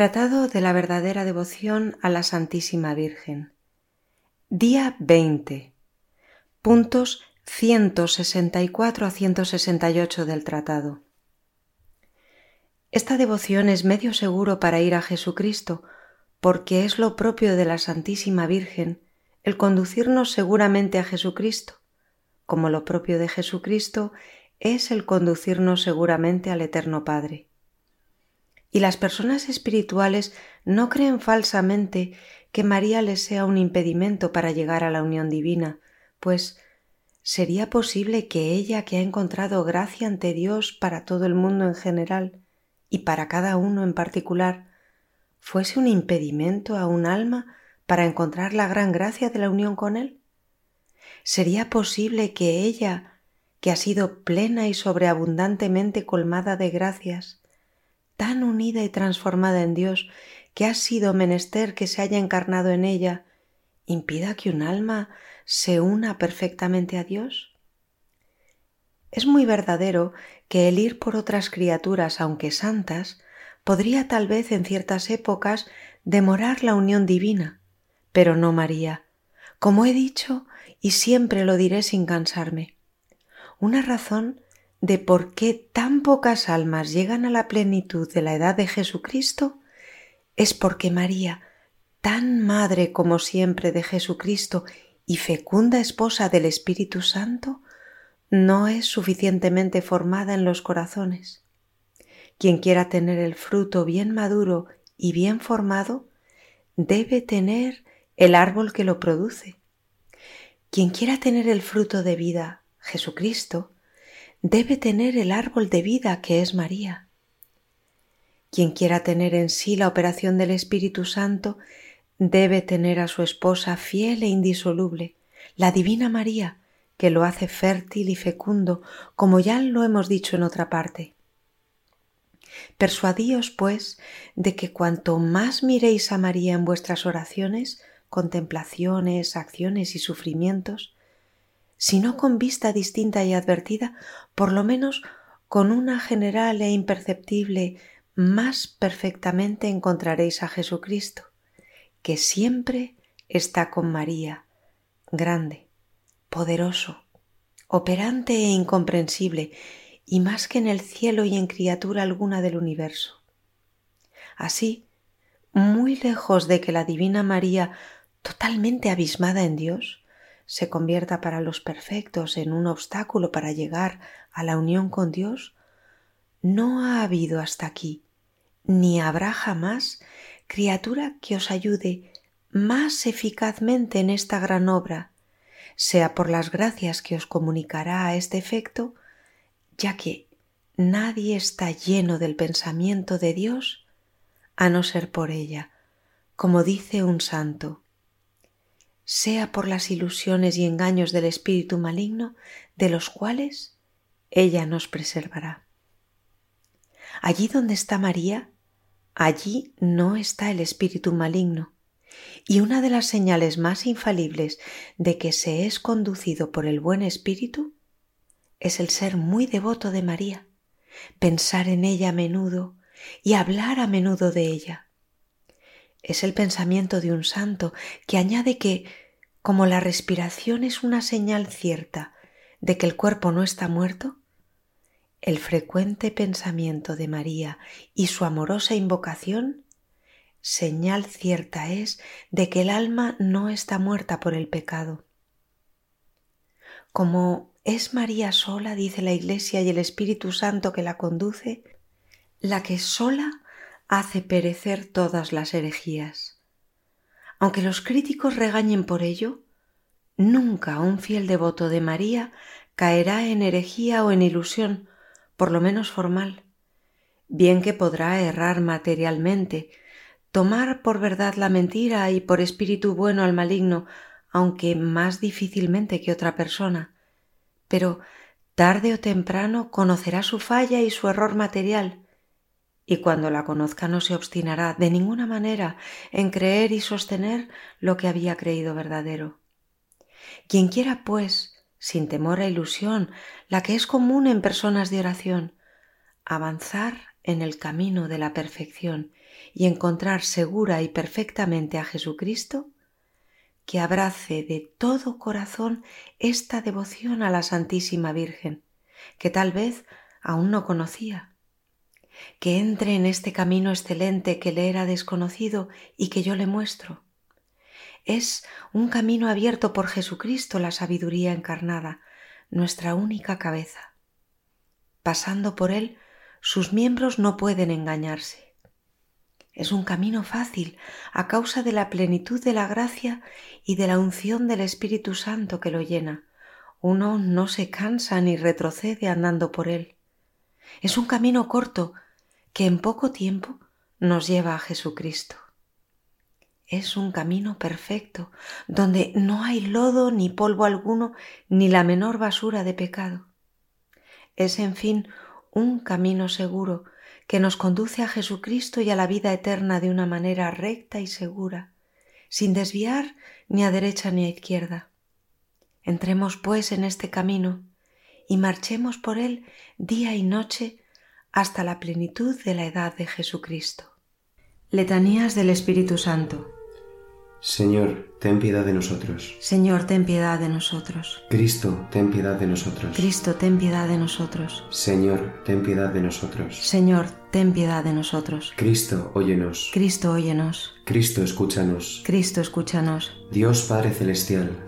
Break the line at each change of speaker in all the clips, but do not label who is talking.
Tratado de la verdadera devoción a la Santísima Virgen. Día 20. Puntos 164 a 168 del tratado. Esta devoción es medio seguro para ir a Jesucristo, porque es lo propio de la Santísima Virgen el conducirnos seguramente a Jesucristo, como lo propio de Jesucristo es el conducirnos seguramente al Eterno Padre y las personas espirituales no creen falsamente que María les sea un impedimento para llegar a la unión divina, pues ¿sería posible que ella, que ha encontrado gracia ante Dios para todo el mundo en general y para cada uno en particular, fuese un impedimento a un alma para encontrar la gran gracia de la unión con Él? ¿Sería posible que ella, que ha sido plena y sobreabundantemente colmada de gracias, tan unida y transformada en Dios que ha sido menester que se haya encarnado en ella, impida que un alma se una perfectamente a Dios? Es muy verdadero que el ir por otras criaturas, aunque santas, podría tal vez en ciertas épocas demorar la unión divina, pero no María. Como he dicho, y siempre lo diré sin cansarme, una razón de por qué tan pocas almas llegan a la plenitud de la edad de Jesucristo es porque María, tan madre como siempre de Jesucristo y fecunda esposa del Espíritu Santo, no es suficientemente formada en los corazones. Quien quiera tener el fruto bien maduro y bien formado, debe tener el árbol que lo produce. Quien quiera tener el fruto de vida, Jesucristo, debe tener el árbol de vida que es María. Quien quiera tener en sí la operación del Espíritu Santo debe tener a su esposa fiel e indisoluble, la Divina María, que lo hace fértil y fecundo, como ya lo hemos dicho en otra parte. Persuadíos, pues, de que cuanto más miréis a María en vuestras oraciones, contemplaciones, acciones y sufrimientos, si no con vista distinta y advertida, por lo menos con una general e imperceptible, más perfectamente encontraréis a Jesucristo, que siempre está con María, grande, poderoso, operante e incomprensible, y más que en el cielo y en criatura alguna del universo. Así, muy lejos de que la Divina María, totalmente abismada en Dios, se convierta para los perfectos en un obstáculo para llegar a la unión con Dios, no ha habido hasta aquí, ni habrá jamás, criatura que os ayude más eficazmente en esta gran obra, sea por las gracias que os comunicará a este efecto, ya que nadie está lleno del pensamiento de Dios a no ser por ella, como dice un santo sea por las ilusiones y engaños del espíritu maligno, de los cuales ella nos preservará. Allí donde está María, allí no está el espíritu maligno, y una de las señales más infalibles de que se es conducido por el buen espíritu es el ser muy devoto de María, pensar en ella a menudo y hablar a menudo de ella. Es el pensamiento de un santo que añade que como la respiración es una señal cierta de que el cuerpo no está muerto, el frecuente pensamiento de María y su amorosa invocación, señal cierta es de que el alma no está muerta por el pecado. Como es María sola, dice la Iglesia, y el Espíritu Santo que la conduce, la que sola hace perecer todas las herejías. Aunque los críticos regañen por ello, nunca un fiel devoto de María caerá en herejía o en ilusión, por lo menos formal. Bien que podrá errar materialmente, tomar por verdad la mentira y por espíritu bueno al maligno, aunque más difícilmente que otra persona. Pero tarde o temprano conocerá su falla y su error material, y cuando la conozca no se obstinará de ninguna manera en creer y sostener lo que había creído verdadero. Quien quiera, pues, sin temor a ilusión, la que es común en personas de oración, avanzar en el camino de la perfección y encontrar segura y perfectamente a Jesucristo, que abrace de todo corazón esta devoción a la Santísima Virgen, que tal vez aún no conocía, que entre en este camino excelente que le era desconocido y que yo le muestro. Es un camino abierto por Jesucristo, la sabiduría encarnada, nuestra única cabeza. Pasando por él, sus miembros no pueden engañarse. Es un camino fácil a causa de la plenitud de la gracia y de la unción del Espíritu Santo que lo llena. Uno no se cansa ni retrocede andando por él. Es un camino corto que en poco tiempo nos lleva a Jesucristo. Es un camino perfecto, donde no hay lodo ni polvo alguno, ni la menor basura de pecado. Es, en fin, un camino seguro que nos conduce a Jesucristo y a la vida eterna de una manera recta y segura, sin desviar ni a derecha ni a izquierda. Entremos, pues, en este camino y marchemos por él día y noche hasta la plenitud de la edad de Jesucristo. Letanías del Espíritu Santo.
Señor, ten piedad de nosotros.
Señor, ten piedad de nosotros.
Cristo, ten piedad de nosotros.
Cristo, ten piedad de nosotros.
Señor, ten piedad de nosotros.
Señor, ten piedad de nosotros.
Cristo, óyenos.
Cristo, óyenos.
Cristo, escúchanos.
Cristo, escúchanos.
Dios Padre Celestial,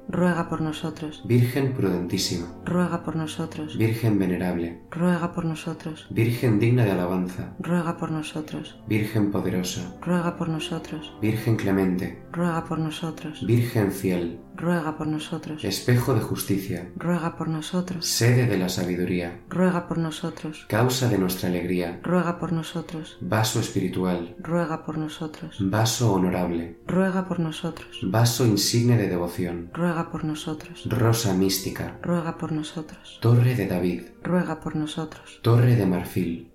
Ruega por nosotros.
Virgen prudentísima,
Ruega por nosotros.
Virgen venerable,
Ruega por nosotros.
Virgen digna de alabanza,
Ruega por nosotros.
Virgen poderosa,
Ruega por nosotros.
Virgen clemente,
Ruega por nosotros.
Virgen fiel,
Ruega por nosotros.
espejo de justicia,
Ruega por nosotros.
sede de la sabiduría,
Ruega por nosotros.
causa de nuestra alegría,
Ruega por nosotros.
vaso espiritual,
Ruega por nosotros.
vaso honorable,
Ruega por nosotros.
vaso insigne de devoción,
Ruega por nosotros.
rosa mística,
Ruega por nosotros.
torre de David,
Ruega por nosotros.
torre de marfil,